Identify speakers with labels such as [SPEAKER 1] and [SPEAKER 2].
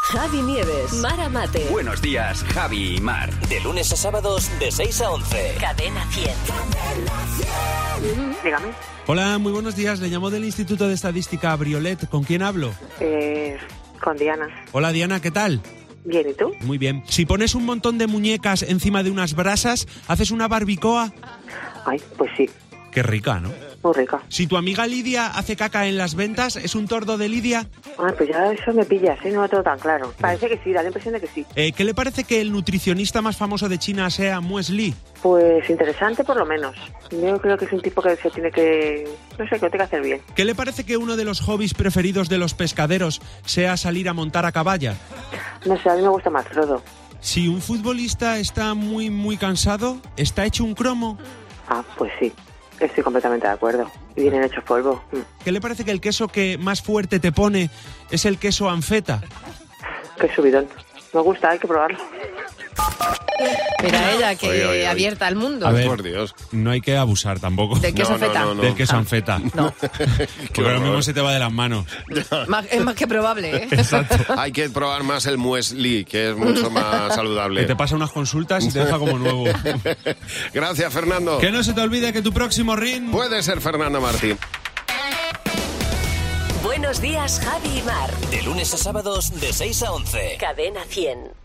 [SPEAKER 1] Javi Nieves, Mara Mate,
[SPEAKER 2] Buenos días, Javi y Mar.
[SPEAKER 3] De lunes a sábados de 6 a 11.
[SPEAKER 1] Cadena 100.
[SPEAKER 4] Dígame.
[SPEAKER 5] Hola, muy buenos días. Le llamo del Instituto de Estadística Briolet. ¿Con quién hablo?
[SPEAKER 4] Eh, con Diana.
[SPEAKER 5] Hola, Diana, ¿qué tal?
[SPEAKER 4] Bien, ¿y tú?
[SPEAKER 5] Muy bien. Si pones un montón de muñecas encima de unas brasas, ¿haces una barbacoa?
[SPEAKER 4] Ay, pues sí,
[SPEAKER 5] Qué rica, ¿no?
[SPEAKER 4] muy rica.
[SPEAKER 5] Si tu amiga Lidia hace caca en las ventas, ¿es un tordo de Lidia?
[SPEAKER 4] Ay, pues ya eso me pillas, ¿eh? No lo tengo tan claro. Parece que sí, da la impresión de que sí.
[SPEAKER 5] Eh, ¿Qué le parece que el nutricionista más famoso de China sea Muesli?
[SPEAKER 4] Pues interesante por lo menos. Yo creo que es un tipo que se tiene que... No sé, que lo tiene que hacer bien.
[SPEAKER 5] ¿Qué le parece que uno de los hobbies preferidos de los pescaderos sea salir a montar a caballa?
[SPEAKER 4] No sé, a mí me gusta más Frodo.
[SPEAKER 5] Si un futbolista está muy, muy cansado, ¿está hecho un cromo?
[SPEAKER 4] Ah, pues sí, estoy completamente de acuerdo. Y Vienen hechos polvo. Mm.
[SPEAKER 5] ¿Qué le parece que el queso que más fuerte te pone es el queso anfeta?
[SPEAKER 4] Qué subidón. Me gusta, hay que probarlo.
[SPEAKER 6] Pero a ella que
[SPEAKER 7] Oye, oye, oye.
[SPEAKER 6] abierta al mundo.
[SPEAKER 5] A ver.
[SPEAKER 7] Por Dios.
[SPEAKER 5] No hay que abusar tampoco
[SPEAKER 6] ¿De queso
[SPEAKER 7] No, no,
[SPEAKER 6] feta?
[SPEAKER 7] no, no.
[SPEAKER 5] del queso anfeta.
[SPEAKER 6] No,
[SPEAKER 5] Porque ahora
[SPEAKER 7] horror.
[SPEAKER 5] mismo se te va de las manos.
[SPEAKER 6] más- es más que probable, ¿eh?
[SPEAKER 7] Hay que probar más el muesli, que es mucho más
[SPEAKER 5] Que
[SPEAKER 7] saludable.
[SPEAKER 5] te pasa unas consultas y te deja como nuevo.
[SPEAKER 7] Gracias, Fernando.
[SPEAKER 5] que no se te olvide que tu próximo ring...
[SPEAKER 7] Puede ser Fernando Martín.
[SPEAKER 1] Buenos días, Javi y Mar.
[SPEAKER 3] De lunes a sábados de 6 a 11.
[SPEAKER 1] Cadena 100.